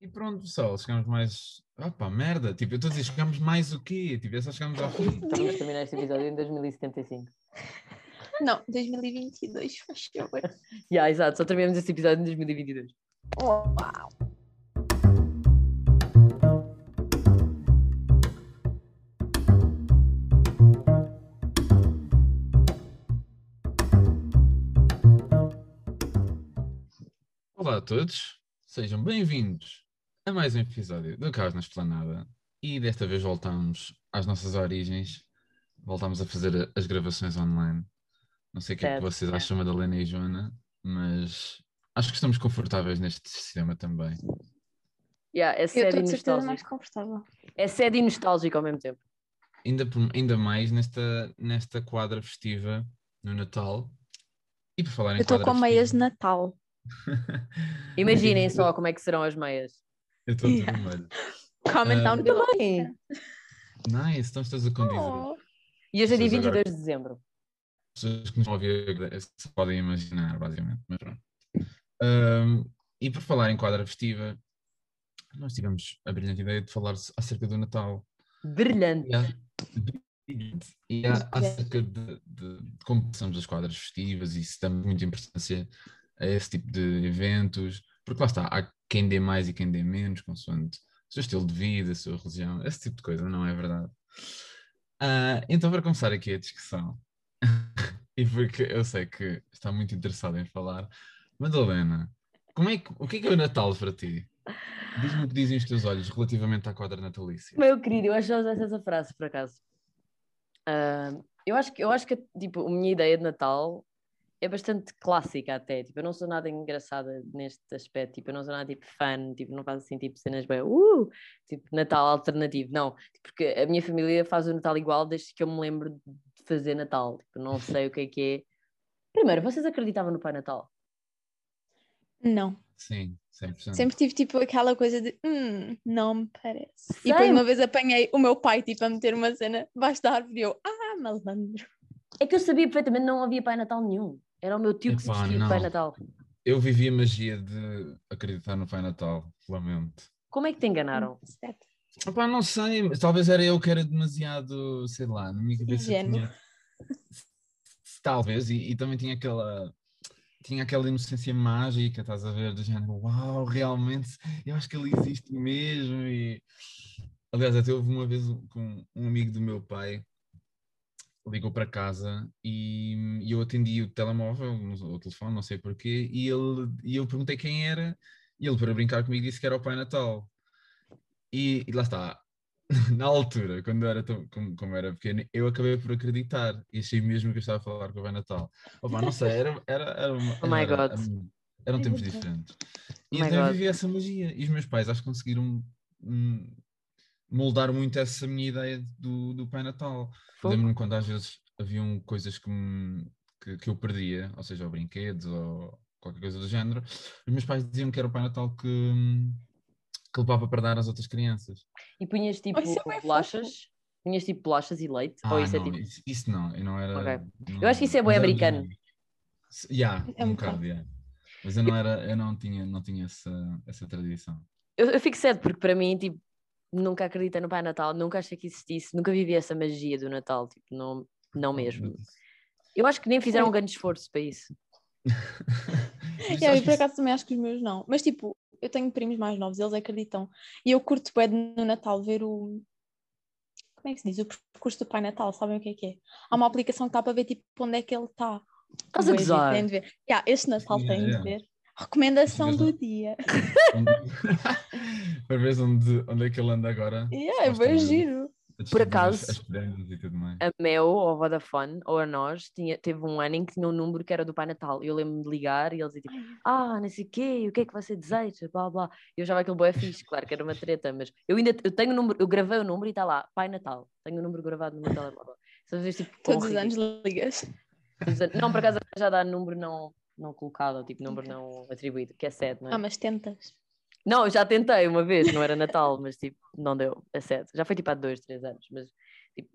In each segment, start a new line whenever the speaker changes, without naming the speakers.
E pronto, pessoal, chegamos mais. Opa, merda! Tipo, eu estou a dizer, chegamos mais o quê? Tipo, é só chegamos ao fim.
Estamos a terminar este episódio em 2075.
Não, 2022, faz favor.
Yeah, exato, só terminamos este episódio em 2022.
Uau!
Olá a todos, sejam bem-vindos a mais um episódio do Caos na Esplanada. E desta vez voltamos às nossas origens, voltamos a fazer a- as gravações online. Não sei o que é que
Certo,
vocês
certo.
acham, Madalena e Joana, mas acho que estamos confortáveis neste sistema também.
Yeah, é
Eu
sério
estou
e
de certeza mais
nostálgico.
confortável.
É sério e nostálgico ao mesmo tempo.
Ainda, por- ainda mais nesta, nesta quadra festiva no Natal. E por falar em
Eu estou
quadra
com meias de
festiva-
Natal.
Imaginem só como é que serão as meias.
Eu estou de
Yeah.
vermelho.
Comment
Ah,
down below.
Também!
Nice, estamos todos a conduzir.
Oh,
E hoje é dia
Vocês agora-
22 de dezembro.
pessoas que nos ouvem é se podem imaginar, basicamente. Mas pronto. Ahm, e por falar em quadra festiva, nós tivemos a brilhante ideia de falar acerca do Natal.
Brilhante!
E há- E há acerca de, de- de como passamos as quadras festivas e se damos muita importância a esse tipo de eventos, porque lá está, há quem dê mais e quem dê menos, consoante o seu estilo de vida, a sua religião, esse tipo de coisa, não é verdade? Ah, então, para começar aqui a discussão, e porque eu sei que está muito interessado em falar, Madalena, como é que, o que é, que é o Natal para ti? Diz-me o que dizem os teus olhos relativamente à quadra natalícia.
Meu querido, eu acho que já usaste essa frase, por acaso. Ah, eu, acho que, eu acho que, tipo, a minha ideia de Natal é bastante clássica até. Tipo, eu não sou nada engraçada neste aspecto. Tipo, eu não sou nada, tipo, fã. Tipo, não faço, assim, tipo, cenas bem... Uh! Tipo, Natal alternativo. Não, porque a minha família faz o Natal igual desde que eu me lembro de fazer Natal. Tipo, não sei o que é que é. Primeiro, vocês acreditavam no Pai Natal?
Não.
Sim, 100%.
Sempre tive tipo aquela coisa de hum, não me parece. E
Sei.
depois uma vez apanhei o meu pai tipo a meter uma cena debaixo da árvore e eu, ah, malandro.
É que eu sabia perfeitamente não havia Pai Natal nenhum. Era o meu tio que se
Epá,
vestia de Pai
não.
Natal.
Eu vivi a magia de acreditar no Pai Natal, lamento.
Como é que te enganaram?
Certo.
Opá, não sei, mas talvez era eu que era demasiado, sei lá, na minha cabeça
Ingênuo.
tinha... Talvez, e, e também tinha aquela... Tinha aquela inocência mágica, estás a ver, do género, uau, realmente, eu acho que ele existe mesmo e... Aliás, até houve uma vez um- com um amigo do meu pai, ligou para casa e, e eu atendi o telemóvel, não- o telefone, não sei porquê, e, ele, e eu perguntei quem era, e ele, para brincar comigo, disse que era o Pai Natal. E, e lá está, na altura, quando eu era tão- como, como era pequeno, eu acabei por acreditar e achei mesmo que eu estava a falar com o Pai Natal. Opa, não sei, era, era, era uma-
Oh my
era-
God.
eram tempos
Oh my God.
diferentes. E
Oh my
então eu
God.
vivi essa magia. E os meus pais acho que conseguiram hum, moldar muito essa minha ideia do, do Pai Natal.
Fogo.
Lembro-me quando às vezes haviam coisas que, me- que, que eu perdia, ou seja, ou brinquedos ou qualquer coisa do género. Os meus pais diziam que era o Pai Natal que, hum, que levava para dar às outras crianças.
E punhas tipo
isso é bué fofo.
bolachas? Punhas tipo bolachas e leite? Ou isso
Ah, não,
é tipo.
isso, isso não, eu não era.
Ok.
não
Eu acho que isso é bué
mas era
americano.
genérico. Se- Yeah,
É
um
um
bocado,
bocado.
yeah. Mas eu não era, eu não tinha, não tinha essa, essa tradição.
Eu, eu fico cedo porque para mim, tipo, nunca acreditei no Pai Natal, nunca achei que existisse, nunca vivi essa magia do Natal, tipo, não, não mesmo. Eu acho que nem fizeram um grande esforço para isso.
Mas acho
Yeah, eu
que
por
isso-
acaso também acho que os meus não. Mas tipo, eu tenho primos mais novos, eles acreditam. E eu curto bué de no Natal ver o. Como é que se diz? O percurso do Pai Natal, sabem o que é que é? Há uma aplicação que está para ver tipo onde é que ele está.
Estás a
Bué giro,
gozar.
têm de ver. Yeah, este Natal
Yeah,
tem
yeah.
de ver. Recomendação
Este
do dia.
Onde- para ver onde, onde é que ele anda agora.
Yeah, é bem
supostamente,
giro.
a distribuir
acaso- é
as- as prendas e tudo mais.
A Mel, ou a Vodafone, ou a nós, tinha, teve um ano em que tinha um número que era do Pai Natal. Eu lembro-me de ligar e eles diziam tipo, ah, não sei o quê, o que é que você deseja, blá blá. E eu achava aquele boé fixe, claro que era uma treta, mas eu ainda eu tenho o número, eu gravei o número e está lá, Pai Natal. Tenho o número gravado no meu telemóvel. Só vezes, tipo, quão
Todos os
ridículo.
anos ligas.
É. Todos os anos. Não, por acaso já dá número não, não colocado, ou tipo número não atribuído, que é sete, não é?
Ah, mas tentas.
Não, eu já tentei uma vez, não era Natal, mas tipo, não deu, é sete. Já foi tipo há dois, três anos, mas tipo,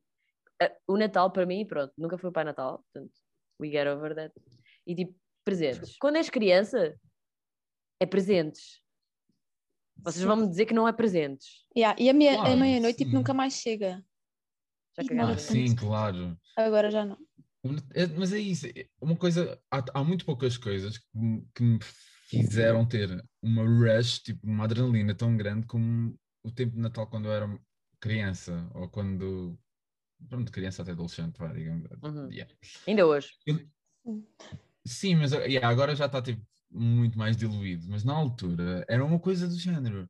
a- o Natal para mim, pronto, nunca foi para Natal, portanto, we get over that. E tipo, presentes. Quando és criança, é presentes. Vocês vão me dizer que não é presentes.
Yeah, E a meia-
Claro,
a meia-noite tipo,
sim.
nunca mais chega.
Já
E
cagaram.
Ah,
nada.
sim, claro.
Agora já não.
É, Mas é isso, é uma coisa, há, há muito poucas coisas que, me- que me fizeram ter uma rush, tipo uma adrenalina tão grande como o tempo de Natal quando eu era criança, ou quando, pronto, criança até adolescente, vá, digamos.
Uhum.
Yeah.
Ainda hoje.
Sim, mas eh, yeah, agora já está tipo, muito mais diluído, mas na altura era uma coisa do género.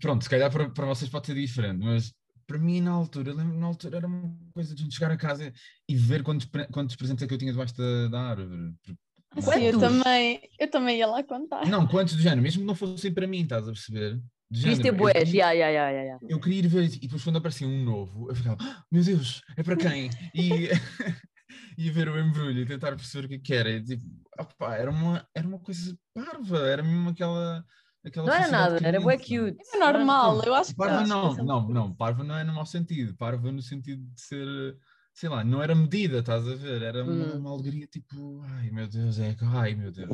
Pronto, se calhar para, para vocês pode ser diferente, mas para mim na altura, eu lembro na altura era uma coisa de chegar a casa e ver quantos, pre- quantos presentes é que eu tinha debaixo da, da árvore.
Ah, Sim, eu
Quantos?
também, eu também ia lá contar.
Não, quantos do género, mesmo que não fossem para mim, estás a perceber? Do
Viste ter
género, é eu
boés.
queria-
Ya, ya, ya, ya, ya.
eu queria ir ver e depois quando aparecia um novo, eu ficava, "Ah, meu Deus, é para quem? E ia ver o embrulho e tentar perceber o que que era. E, tipo, opá, era, uma, era uma coisa parva, era mesmo aquela. aquela
Não era
felicidade
nada, era bué
criança.
cute.
É normal, eu acho que
Parva
acho que
não,
um
essa-
não, não, parva não é no mau sentido, parva no sentido de ser, sei lá, não era medida, estás a ver? Era uma,
Hum.
uma alegria tipo, ai meu Deus, é que, ai meu Deus.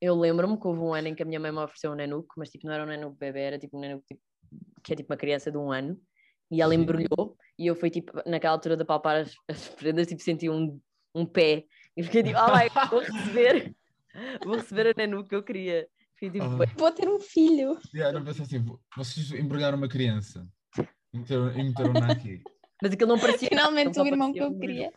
Eu lembro-me que houve um ano em que a minha mãe me ofereceu um nenuco, mas tipo, não era um nenuco bebê, era tipo um nenuco tipo, que é tipo uma criança de um ano. E ela
Sim.
embrulhou e eu fui tipo, naquela altura de palpar as, as prendas, tipo, senti um, um pé. E fiquei tipo, ah, vai, vou receber, vou receber o nenuco que eu queria. Fiquei tipo,
Ah.
bué.
Vou ter um filho.
E era pensar assim, "Vo- vocês embrulharam uma criança e meteram- e meteram-na aqui.
mas aquilo não parecia.
Finalmente
Só
o irmão que
parecia
eu
um
queria.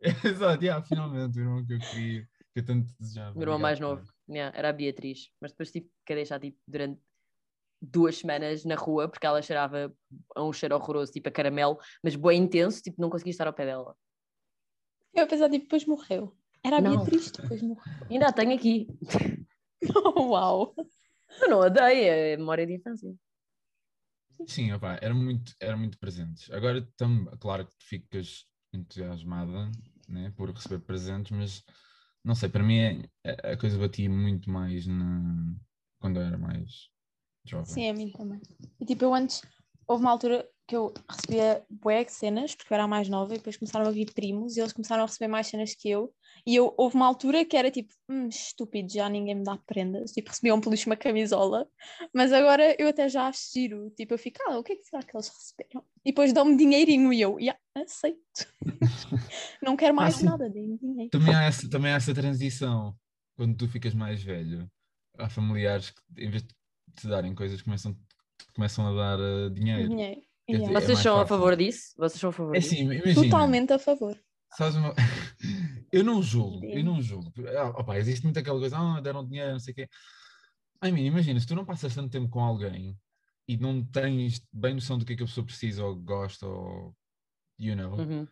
Exato, yeah, finalmente, o irmão que eu queria, que eu tanto desejava.
O meu irmão mais
Obrigado,
novo, yeah, era a Beatriz, mas depois tive que a deixar tipo, durante duas semanas na rua porque ela cheirava a um cheiro horroroso, tipo a caramelo, mas bem intenso, tipo, não conseguia estar ao pé dela.
Eu pensava, tipo, depois morreu. Era a
Não.
Beatriz, depois morreu.
Ainda a tenho aqui.
Uau!
Eu não a dei, é memória de infância.
cara. Sim, opá, era muito, era muito presentes. Agora, tam, claro que tu ficas entusiasmada né, por receber presentes, mas não sei, para mim é- é- a coisa batia muito mais na- quando eu era mais jovem.
Sim, a mim também. E tipo, eu antes, houve uma altura que eu recebia bué de cenas, porque eu era a mais nova, e depois começaram a vir primos, e eles começaram a receber mais cenas que eu. E eu, houve uma altura que era tipo, hum, estúpido, já ninguém me dá prendas. Tipo, recebia um peluche, uma camisola. Mas agora eu até já acho giro. Tipo, eu fico, ah, o que é que será que eles receberam? E depois dão-me dinheirinho e eu, yeah, aceito. Não quero mais
Ah, sim.
nada, deem-me dinheiro.
Também há, essa, também há essa transição quando tu ficas mais velho. Há familiares que, em vez de te darem coisas, começam, começam a dar eh, dinheiro. Quer
Dinheiro.
dizer,
Yeah.
É
Vocês
mais
são a
fácil.
favor disso? Vocês são a favor
É
disso?
assim, imagina.
Totalmente a favor.
Sabes uma- Eu não julgo, eu
Sim.
não julgo. Ah, opá, existe muito aquela coisa, ah, deram dinheiro, não sei o quê. Ai, mim, imagina, se tu não passas tanto tempo com alguém e não tens bem noção do que é que a pessoa precisa ou gosta ou. You know,
Uhum.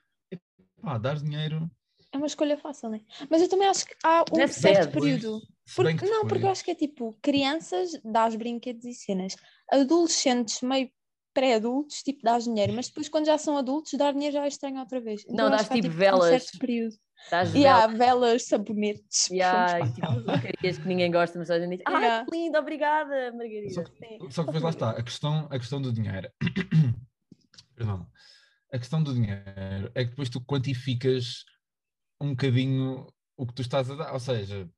pá, dar dinheiro.
É uma escolha fácil, não é? Mas eu também acho que há um
É
certo
certo.
período.
se
Por-
bem que
não, porque eu
depois-
acho que é tipo, crianças dás brinquedos e cenas. Adolescentes, meio pré-adultos, tipo, dás dinheiro. Mas depois, quando já são adultos, dar dinheiro já é estranho outra vez.
Não,
eu
dás
acho que há,
tipo
Um
velas.
certo período.
Estás
E há velas, sabonetes.
Tá, E há e, tipo, porcarias que ninguém gosta, mas a gente diz, ah,
Yeah.
que lindo, obrigada,
Só
Margarida.
Só que depois lá está, a questão, a questão do dinheiro. Perdão. A questão do dinheiro é que depois tu quantificas um bocadinho o que tu estás a dar. Ou seja,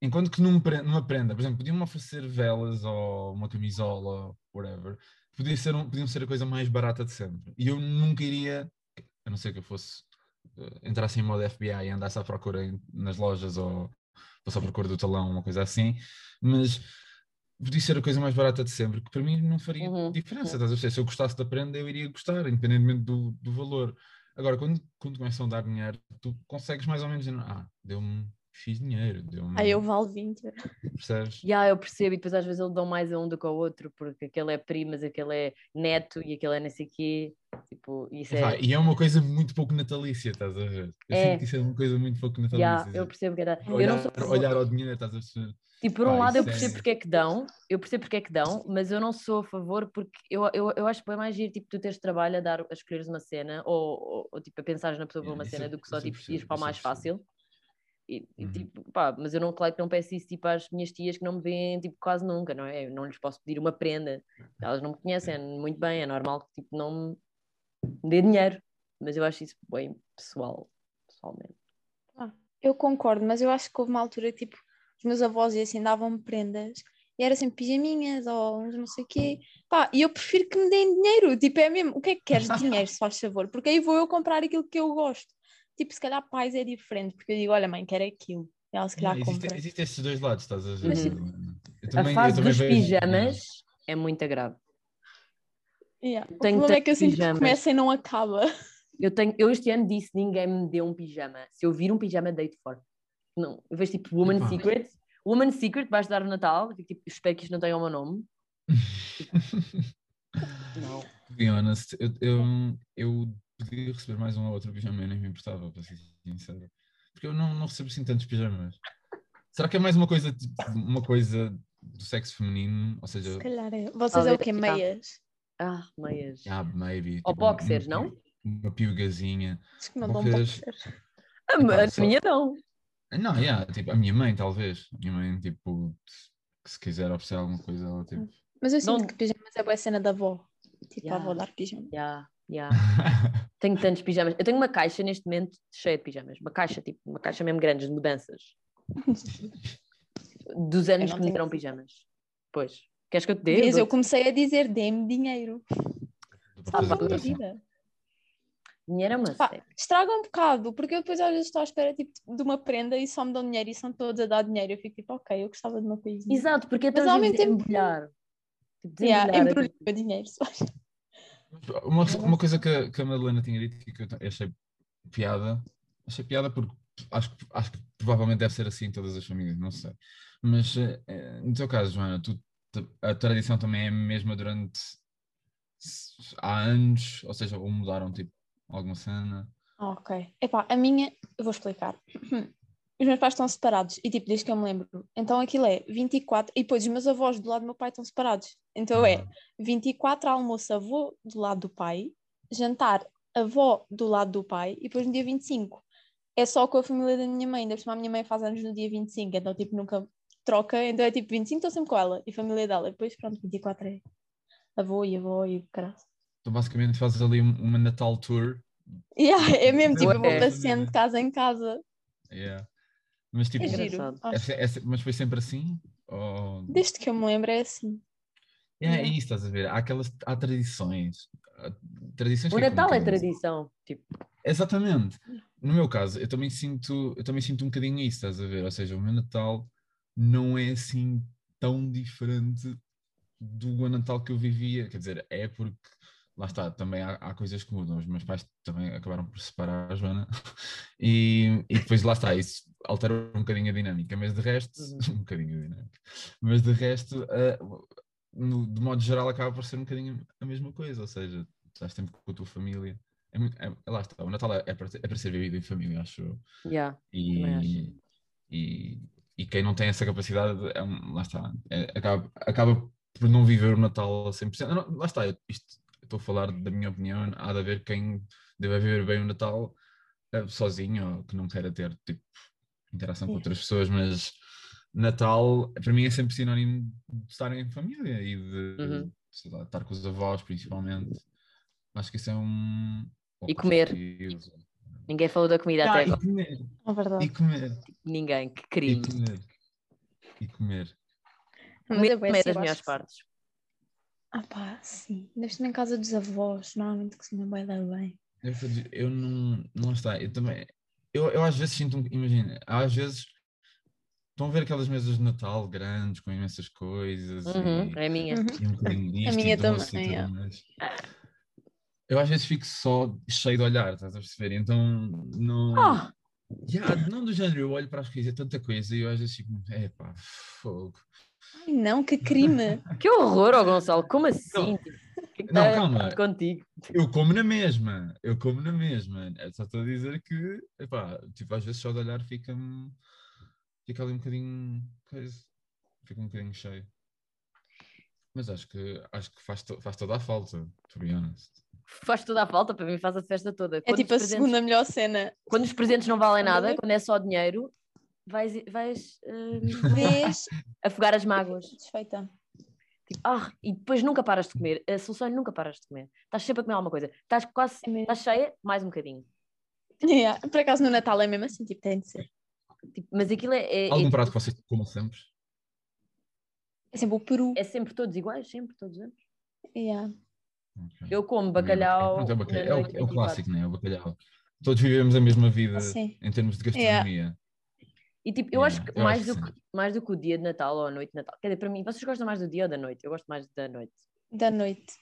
enquanto que num pre- numa prenda, por exemplo, podiam-me oferecer velas ou uma camisola ou whatever, podia ser um, podiam ser a coisa mais barata de sempre. E eu nunca iria, a não ser que eu fosse, eh, entrasse em modo FBI e andasse à procura em- nas lojas ou fosse à procura do talão, uma coisa assim, mas podia ser a coisa mais barata de sempre, que para mim não faria
Uhum,
diferença. Estás a perceber? Se eu gostasse da prenda, eu iria gostar, independentemente do, do valor. Agora, quando, quando começam a dar dinheiro, tu consegues mais ou menos dizer, ah, deu-me X dinheiro, deu-me.
Ah,
Aí eu valo 20.
Percebes?
Ya, eu percebo, e depois às vezes eles dão mais a um do que ao outro, porque aquele é primo, mas aquele é neto e aquele é não sei quê. Tipo, isso
Epá,
é.
e é uma coisa muito pouco natalícia, estás a ver? Eu
É.
sinto que isso é uma coisa muito pouco natalícia.
Ya,
assim.
eu percebo que é. da- Eu
olhar,
não sou a favor-
olhar ao dinheiro, estás a perceber?
Tipo, por um
Pá,
lado eu
isso é-
percebo porque é que dão, eu percebo porque é que dão, mas eu não sou a favor porque eu, eu, eu acho bem mais giro, tipo, tu teres trabalho a dar, a escolheres uma cena ou, ou, ou, tipo, a pensares na pessoa por
Yeah,
uma
isso
cena
eu-
do que
isso
só,
eu
tipo,
percebo,
ires para o
isso eu
mais
percebo.
fácil. E, e,
Uhum.
tipo, pá, mas eu não, claro que não peço isso, tipo, às minhas tias que não me veem, tipo, quase nunca, não é? Eu não lhes posso pedir uma prenda, elas não me conhecem muito bem, é normal que, tipo, não me dê dinheiro, mas eu acho isso bem pessoal, pessoalmente.
Eu concordo, mas eu acho que houve uma altura que, tipo, os meus avós e assim davam-me prendas e era sempre pijaminhas ou uns não sei o quê. Pá, e eu prefiro que me deem dinheiro. Tipo, é mesmo, o que é que queres? Dinheiro, se faz favor. Porque aí vou eu comprar aquilo que eu gosto. Tipo, se calhar pais é diferente, porque eu digo, olha mãe, quero aquilo. E ela se calhar
Yeah,
compra.
existe, existe estes dois lados, estás a ver?
Mas,
tipo,
Eu
a
também- eu
fase
também
dos
vejo-
pijamas é muito grave.
Yeah. O
Tenho
problema é que eu
tantos
sinto que
pijamas.
começa e não acaba.
Eu, tenho, eu este ano disse ninguém me deu um pijama. Se eu vir um pijama, deito fora. Não, eu vejo tipo Woman
Epá.
Secret. Woman Secret, vais dar o Natal. Eu fico, tipo, espero que isto não tenha o meu nome. não.
To be honest, eu, eu, eu podia receber mais um ou outro pijama, eu nem me importava, para ser sincero. Porque eu não, não recebo assim tantos pijamas. Será que é mais uma coisa, tipo, uma coisa do sexo feminino? Ou seja,
Se calhar é. Vocês
Talvez,
é o quê?
já.
Meias?
Ah, meias.
yeah, maybe. tipo,
Ou
uma-
boxers,
uma-
não?
Uma piugazinha.
Acho que não dão
Vocês-
boxer.
A,
Epá,
Ah, a
só-
minha não.
Não, yeah, tipo, a minha mãe, talvez. A minha mãe, tipo, que se quiser oferecer alguma coisa, ela tipo.
Mas eu sinto
Não-
que pijamas é boa cena da avó. Tipo,
Yeah.
a avó dar pijama.
Já, já. Tenho tantos pijamas. Eu tenho uma caixa neste momento cheia de pijamas. Uma caixa, tipo, uma caixa mesmo grande de mudanças. Dos anos
não
que me
tenho
deram
assim.
pijamas. Pois. Queres que eu te dê?
Vês, eu
Dou-te.
comecei a dizer, dê-me dinheiro.
Para fazer
Salva a minha
mudança.
vida.
Dinheiro é uma
Pá,
seca.
estraga um bocado, porque eu depois às vezes estou à espera tipo, de uma prenda e só me dão dinheiro e são todos a dar dinheiro. Eu fico tipo, ok, eu gostava de uma coisa.
Exato, porque é
Mas
tão
ao
giro
mesmo
de
tempo-
embrulhar. Tipo, de
Yeah, é
embrulhar.
embrulho o meu dinheiro. só. É
Uma, uma coisa que, a- que a Madalena tinha dito que eu ta- achei piada, achei piada porque acho, que- acho que provavelmente deve ser assim em todas as famílias, não sei. Mas eh, eh, no teu caso, Joana, tu- tu- a tradição também é a mesma durante s- há anos, ou seja, ou mudaram tipo alguma cena.
Ah, ok. Epá, a minha, eu vou explicar. Os meus pais estão separados e tipo, desde que eu me lembro. Então aquilo é 24, e depois os meus avós do lado do meu pai estão separados. Então é 24 almoço avô do lado do pai, jantar avó do lado do pai, e depois no dia 25. É só com a família da minha mãe, ainda por cima a minha mãe faz anos no dia 25, então tipo nunca troca, então é tipo 25 estou sempre com ela e família dela, e depois pronto, 24 é avô e avó e caralho.
Então basicamente fazes ali um- uma Natal Tour.
Yeah, é mesmo tipo, eu vou
Ué.
passeando de casa em casa.
yeah. Mas tipo,
É
É
giro.
engraçado.
é se- é se- mas foi sempre assim? Ou-
Desde que eu me lembro é assim.
É, é isso, estás a ver? Há aquelas há tradições. Há Tradições
O
que
Natal
como
é
cada um-
tradição. Tipo,
Exatamente. No meu caso, eu também sinto, eu também sinto um bocadinho isso, estás a ver? Ou seja, o meu Natal não é assim tão diferente do Natal que eu vivia. Quer dizer, é porque lá está, também há, há coisas que mudam. Os meus pais também acabaram por separar, Joana, e, e depois lá está, isso altera um bocadinho a dinâmica, mas de resto,
Uhum.
um bocadinho a dinâmica, mas de resto, ah, no- de modo geral, acaba por ser um bocadinho a mesma coisa, ou seja, estás sempre com a tua família. É muito- é- lá está, o Natal é, é para, é para ser vivido em família, acho eu.
yeah. Também
E,
acho.
e, e quem não tem essa capacidade, é um- lá está, é- acaba, acaba por não viver o Natal a 100%. Não, lá está, eu- isto, eu estou a falar da minha opinião, há de haver quem deva viver bem o Natal eh, sozinho, ou que não queira ter tipo, interação com
Sim.
outras pessoas, mas Natal para mim é sempre sinónimo de estar em família e de
Uhum.
sei lá, estar com os avós principalmente. Acho que isso é um.
E comer.
objetivo.
Ninguém falou da comida
Ah,
até
e
agora.
comer.
É verdade.
E comer.
Ninguém. Que
E
crime.
comer. E comer.
Mas
Comer
bué
também é
assim,
das
eu
melhores
acho-
partes.
Ah pá, sim. Deixa-me em casa dos avós, normalmente cozinha bué da bem.
Eu, vou dizer, eu não. Não está. Eu também. Eu, eu às vezes sinto. um- Imagina, às vezes. Estão a ver aquelas mesas de Natal grandes, com imensas coisas.
Uhum,
e-
é a minha.
Uhum.
E um bocadinho disto,
minha
e doce
também,
e
é.
tudo mais. Eu às vezes fico só cheio de olhar, estás a perceber? Então não.
Oh.
Ah,
Yeah, não do género, eu olho para as coisas, é tanta coisa, e eu às vezes fico, epá, fogo.
Ai não, que crime!
que horror, ó Gonçalo. Como assim? O que é que
Não,
tá
calma.
Contigo.
Eu como na mesma, eu como na mesma. É só estou a dizer que, epá, tipo, às vezes só de olhar fica-me. Fica ali um bocadinho. Coisa, fica um bocadinho cheio. Mas acho que, acho que faz, to- faz toda a falta, to be honest.
Faz toda a falta, para mim faz a festa toda.
É
Quando
tipo a
os presentes-
segunda melhor cena.
Quando os presentes não valem
Estás a
nada,
ver?
quando é só dinheiro, vais, vais hum,
Vês,
afogar as mágoas.
desfeita.
Tipo, ah, e depois nunca paras de comer. A solução é nunca paras de comer. Estás sempre a comer alguma coisa. Estás quase.
É mesmo.
Estás cheia, mais um bocadinho.
Yeah. Por acaso no Natal é mesmo assim, tipo, tem de ser.
Tipo, mas aquilo é. é- é
Algum
tipo,
prato que vocês comam sempre?
É sempre o Peru.
É sempre todos iguais, sempre, todos os anos.
Yeah.
Ok.
Eu como bacalhau.
Pronto, é, o
na
bacalhau. É o-
noite
é o
24.
clássico, né? É o bacalhau. Todos vivemos a mesma vida
Ah, Sim.
em termos de
Yeah.
gastronomia.
E tipo, eu acho
Yeah,
que,
eu
mais,
acho que
do que mais do que o dia de Natal ou a noite de Natal. Quer dizer, para mim, vocês gostam mais do dia ou da noite? Eu gosto mais da noite.
Da noite.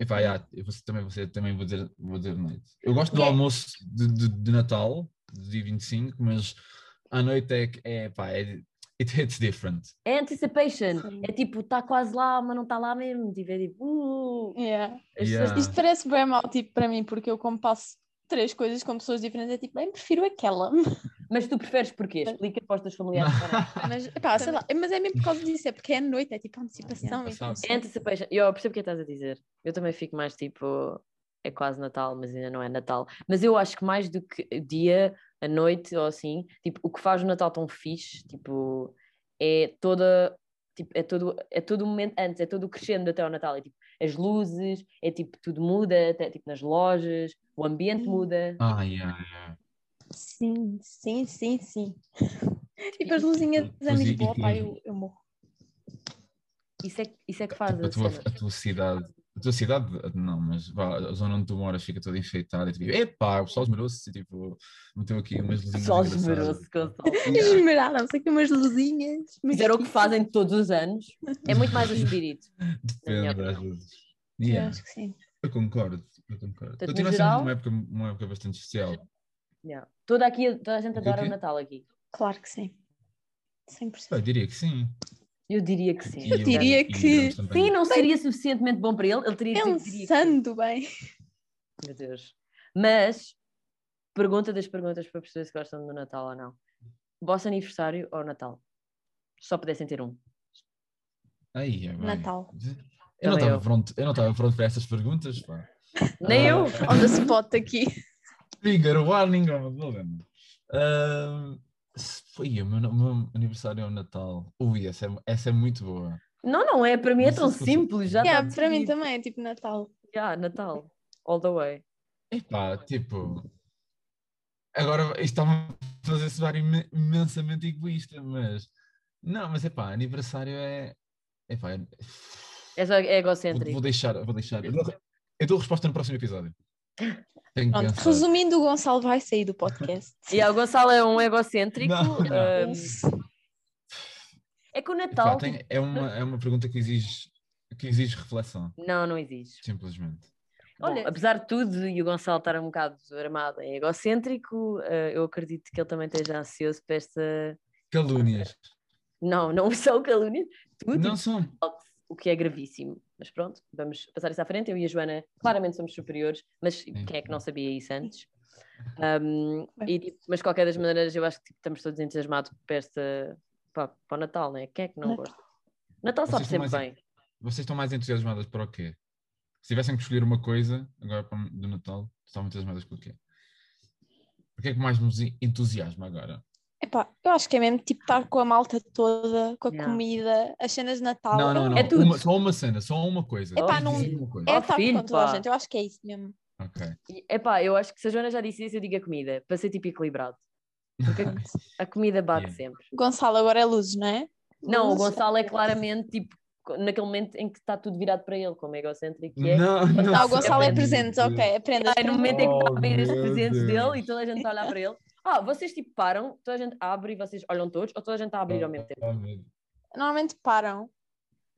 E vai, ah, eu vou- também, você, também vou dizer, vou dizer noite. Eu gosto do
é
Yeah.
almoço de, de, de Natal, do dia 25, mas à noite é, que- é pá, é, it hits different.
É anticipation.
Sim.
É tipo, está quase lá, mas não está lá mesmo. Tipo, é tipo, uh,
Yeah.
as
Yeah.
pessoas-
Isto parece bem mal, tipo, para mim, porque eu como passo três coisas com pessoas diferentes, é tipo, bem, prefiro aquela.
tipo, Mas tu preferes porquê? Explica para os teus familiares.
Mas, pá, sei lá, mas é mesmo por causa disso, é porque é à noite, é tipo antecipação.
Yeah,
então,
sabe.
É anticipation. Eu percebo o que estás a dizer. Eu também fico mais tipo, é quase Natal, mas ainda não é Natal. Mas eu acho que mais do que o dia, a noite ou assim, tipo, o que faz o Natal tão fixe, tipo, é toda. Tipo, é todo é todo o momento antes, é todo o crescendo até ao Natal. É tipo as luzes, é tipo tudo muda, até tipo nas lojas, o ambiente
Sim.
muda.
Ah, yeah, yeah.
Sim, sim, sim, sim. Tipo, as luzinhas
Inclusive-
da Lisboa, pá, eu, eu morro.
Isso é, que- isso é que faz
Tipo,
a
a, tua,
cena.
a tua cidade. A tua cidade, não, mas vá, a zona onde tu moras fica toda enfeitada. E tipo, epá, o pessoal esmerou-se, tipo, meteu aqui umas luzinhas
Pessoal
engraçadas.
esmerou-se, Gonçalo.
Yeah.
Esmeralda, sei que umas luzinhas. mas
Fizeram o que
fixe.
fazem todos os anos. É muito mais o espírito. minha
Depende, às vezes.
Eu
Yeah.
acho que sim.
Eu concordo, eu concordo.
Portanto,
Continua
no
sendo
geral-
uma época, uma época bastante especial.
Yeah. Toda, aqui, toda a gente
O
adora
quê?
o Natal aqui.
Claro que sim.
Eu
100%.
diria que sim.
Eu diria que sim.
E
Eu diria
e
que
Adams também.
Sim, não seria suficientemente bom para ele. Ele
É
teria
um
que dizer que diria que
Pensando bem.
sim. Meu Deus. Mas, pergunta das perguntas para perceber se gostam do Natal ou não. Vosso aniversário ou Natal? Só pudessem ter um.
Aí, é bem.
Natal.
Eu não
Também
estava
eu.
pronto, eu não estava pronto para estas perguntas. Pá.
Nem
Ah,
eu.
On the spot aqui.
Trigger warning, oh, vou vendo. Ah, se foi o meu, o meu aniversário é o Natal. Ui, essa é, essa é muito boa.
Não, não é. Para mim é
Não sei
tão
se fosse-
simples. Já
Yeah,
está
para mim
decidido.
também, é tipo Natal.
Yeah, Natal. All the way.
Epá, tipo. Agora isto está-me a fazer soar imen- imensamente egoísta, mas. Não, mas epá, aniversário é. Epá, é-
É, só, é
Vou,
egocêntrico.
vou deixar, vou deixar. Eu dou, eu dou resposta no próximo episódio. Tenho que
Pronto,
pensar.
resumindo, o Gonçalo vai sair do podcast.
E yeah, o Gonçalo é um egocêntrico.
Não, não.
ah,
Sim,
é que o
Epá,
Natal.
tem- é, uma, é uma pergunta que exige, que exige reflexão,
tipo, Não, não existe.
simplesmente.
Bom,
Olha-
apesar de tudo, e o Gonçalo estar um bocado armado em egocêntrico, eh, eu acredito que ele também esteja ansioso para esta.
Calúnias.
Não, não são calúnias, tudo
Não são.
o que é gravíssimo. Mas pronto, vamos passar isso à frente. Eu e a Joana claramente somos superiores, mas quem é que não sabia isso antes? Um, e, tipo, mas de qualquer das maneiras, eu acho que tipo, estamos todos entusiasmados para, esta, para, para o Natal, né? Quem é que não
Natal.
gosta? Natal sabe
Vocês estão
sempre
mais
bem.
Vocês estão mais entusiasmadas para o quê? Se tivessem que escolher uma coisa agora para, do Natal, estavam entusiasmadas com o quê? O que é que mais nos entusiasma agora?
Epá, eu acho que é mesmo tipo estar com a malta toda, com a
Yeah.
comida, as cenas de Natal.
Não, não, não.
É tudo.
Uma- só uma cena, só uma coisa.
Epá,
Tens de
não-
dizer uma coisa.
É
Oh,
estar
filho,
com toda
pá.
a gente, eu acho que é isso mesmo.
Ok.
E, Epá, eu acho que se a Joana já disse isso, eu digo a comida, para ser tipo equilibrado. A comida bate
Yeah.
sempre.
Gonçalo agora é luzes, não é?
Não, o
Luzes.
Gonçalo é claramente tipo co- naquele momento em que está tudo virado para ele, como egocêntrico que é.
Não, não.
Não, o
sei.
Gonçalo é
Aprendi.
presentes, ok, aprendas.
Aí, no momento em que está a abrir os
Oh, meu
presentes
Deus.
dele e toda a gente está a olhar para ele. Ah, vocês tipo param, toda a gente abre e vocês olham todos, ou toda a gente está a
Oh.
abrir ao mesmo tempo?
Normalmente param.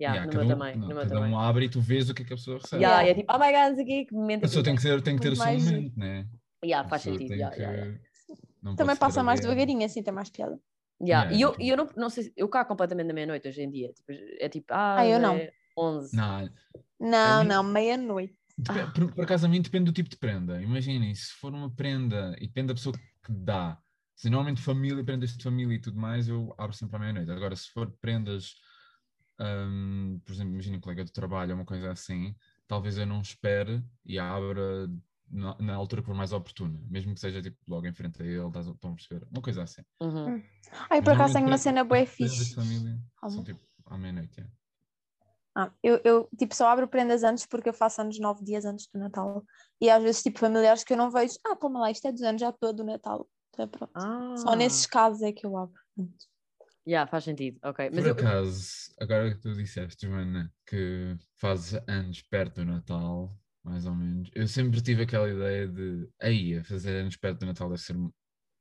Yeah,
Yeah,
no
cada
meu
um-
também,
não,
no meu
cada
também.
um abre e tu vês o que é que a pessoa recebe.
Yeah, é tipo, oh my god, não sei o quê, que momento.
A pessoa tem que ter, tem que ter o
Muito
seu
mais giro.
momento, né?
Yeah,
A
faz
pessoa
sentido.
tem
yeah,
que-
yeah, yeah.
não pode
Também
ser
passa mais
ali a-
devagarinho, assim tem mais piada.
Yeah,
Yeah,
E eu,
tipo-
e eu não, não sei, se- eu cago completamente na meia-noite hoje em dia. Tipo, é tipo, ah,
Ah, eu não.
é 11.
Não,
Não,
mim-
não, meia-noite.
depe- por, por acaso a mim depende do tipo de prenda. Imaginem, se for uma prenda e depende da pessoa que dá. Se normalmente família, prendas de família e tudo mais, eu abro sempre à meia-noite. Agora, se for prendas, hum, por exemplo, imagina um colega do trabalho ou uma coisa assim, talvez eu não espere e abra na, na altura que for mais oportuna. Mesmo que seja tipo logo em frente a ele, estás a- estão a perceber? Uma coisa assim.
Uhum.
Hum. Ai, por acaso tenho uma
Normalmente,
cena bué
Prendas de
fixe.
família
Ah,
são tipo à meia-noite. é.
Ah, eu, eu, tipo, só abro prendas antes porque eu faço anos nove dias antes do Natal. E às vezes, tipo, familiares que eu não vejo, ah, toma lá, isto é dos anos, já estou a do Natal. Então, pronto.
Ah.
Só nesses casos é que eu abro.
Yeah, faz sentido, ok. Mas
Por
eu,
acaso, agora que tu disseste, Joana, que fazes anos perto do Natal, mais ou menos, eu sempre tive aquela ideia de aí, a fazer anos perto do Natal deve ser. um-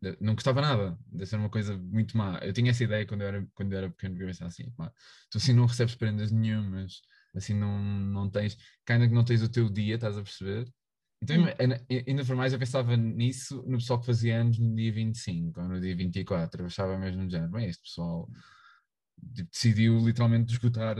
de- Não gostava nada, deve ser uma coisa muito má. Eu tinha essa ideia quando eu era, quando eu era pequeno, que eu pensava assim, pá, tu assim não recebes prendas nenhumas, assim não, não tens, que ainda que não tens o teu dia, estás a perceber? Então,
Hum.
ainda- ainda por mais, eu pensava nisso no pessoal que fazia anos no dia 25 ou no dia 24. Eu achava mesmo já, bem, este pessoal de- decidiu literalmente esgotar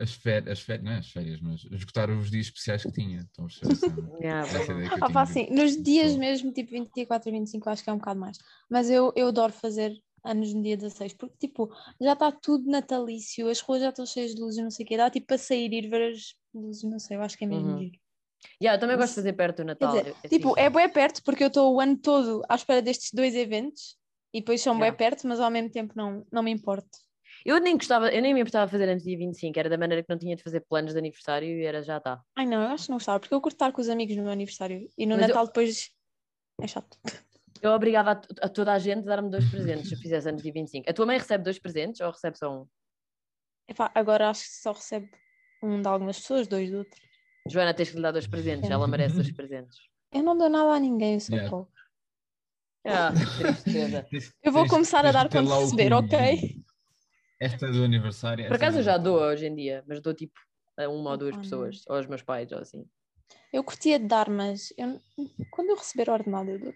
as férias, as férias, não é as férias, mas esgotar os dias especiais que tinha. Estão a perceber essa-
yeah,
essa ideia É que eu
Ah, pá,
tinha
assim, nos dias
Sim.
mesmo, tipo 24 e 25, acho que é um bocado mais. Mas eu, eu adoro fazer anos no dia 16, porque, tipo, já está tudo natalício, as ruas já estão cheias de luzes, não sei o quê, dá tipo para sair e ir ver as luzes, não sei, eu acho que é mesmo
Uhum.
giro.
Yeah, eu também gosto de
Mas-
fazer perto do
Quer
Natal.
dizer,
eu- eu
tipo,
fiz-
é bué perto, porque eu estou o ano todo à espera destes dois eventos, e depois são
Yeah.
bué perto, mas ao mesmo tempo não, não me importo.
Eu nem gostava, eu nem me importava de fazer antes do dia 25, era da maneira que não tinha de fazer planos de aniversário e era já tá. está.
Ai não, eu acho que não gostava, porque eu curto estar com os amigos no meu aniversário, e no
Mas eu-
Natal depois é chato.
Eu obrigava a, to- a toda a gente a dar-me dois presentes se eu fizesse antes do dia 25. A tua mãe recebe dois presentes ou recebe só um?
Epá, agora acho que só recebo um de algumas pessoas, dois de outro.
Joana, tens que lhe dar dois presentes, ela merece dois presentes.
Eu não dou nada a ninguém, eu sou
Yeah.
pobre.
Ah, que tristeza.
Tens-
Eu vou
tens-
começar a
tens de
dar
ter
quando
lá o
receber,
cunho.
ok?
Esta do aniversário.
Por
esta
acaso eu
do
já
Natal.
dou hoje em dia, mas dou tipo a uma ou duas
Opa,
pessoas, ou aos meus pais, ou assim.
Eu curtia de dar, mas eu- quando eu receber ordenado, eu dou.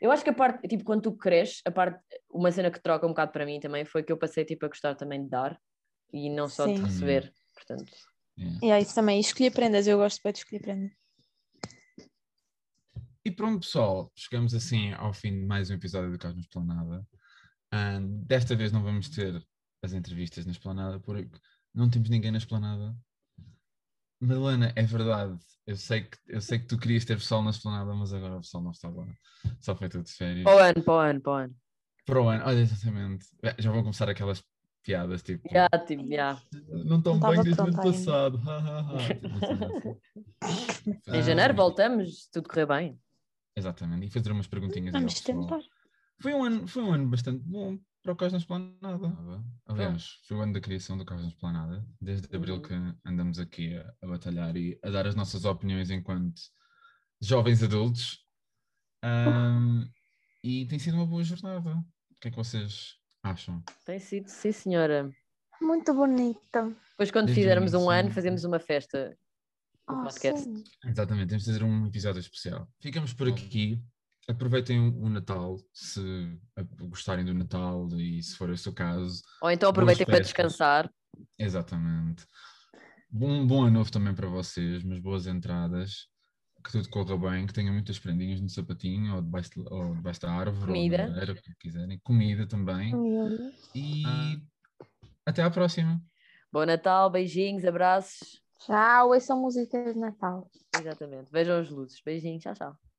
Eu acho que a parte, tipo, quando tu cresces, a parte, uma cena que troca um bocado para mim também foi que eu passei tipo a gostar também de dar e não só de
Sim.
receber. Portanto,
E é isso também. E Escolher prendas, eu gosto bem de escolher prendas.
E pronto, pessoal, chegamos assim ao fim de mais um episódio do Cosmos Planada. desta vez não vamos ter as entrevistas na Esplanada, porque não temos ninguém na Esplanada. Madalena, é verdade, eu sei, que, eu sei que tu querias ter pessoal na Esplanada, mas agora o pessoal não está lá. Só foi tudo de férias.
para
Oh.
o ano, para o ano, para o ano.
Para o ano, olha, exatamente. Eh, Já vão começar aquelas piadas tipo.
Já, tipo, já.
Não estão
Não
bem
estava
desde o ano
pronta ainda.
passado. ha, ha, ha", tipo, uma cena assim.
Em janeiro
Ah,
voltamos, se tudo correr bem.
Exatamente, e fazer umas perguntinhas aí ao
Vamos
pessoal.
tentar.
Foi um ano, foi um ano bastante bom para o Cais na Esplanada. Ah, Aliás, foi o ano da criação do Cais na Esplanada. Desde abril
Uhum.
que andamos aqui a, a batalhar e a dar as nossas opiniões enquanto jovens adultos. Ahm, e tem sido uma boa jornada. O que é que vocês acham?
Tem sido, sim senhora.
Muito bonita.
Depois quando
Desde o
fizermos um
início.
ano, fazemos uma festa.
Ah,
podcast.
sim.
Exatamente, temos de fazer um episódio especial. Ficamos por aqui. Aproveitem o o Natal, se ah, gostarem do Natal e se for esse o caso.
Ou então
Boas
aproveitem para
festas.
descansar.
Exatamente. Bom, bom ano novo também para vocês, mas boas entradas. Que tudo corra bem, que tenham muitas prendinhas no sapatinho ou debaixo, de- ou debaixo da árvore,
Comida.
ou na madeira, o que quiserem. Comida também. E até à próxima.
Bom Natal, beijinhos, abraços.
Tchau, hoje são músicas de Natal.
Exatamente. Vejam as luzes. Beijinhos, tchau, tchau.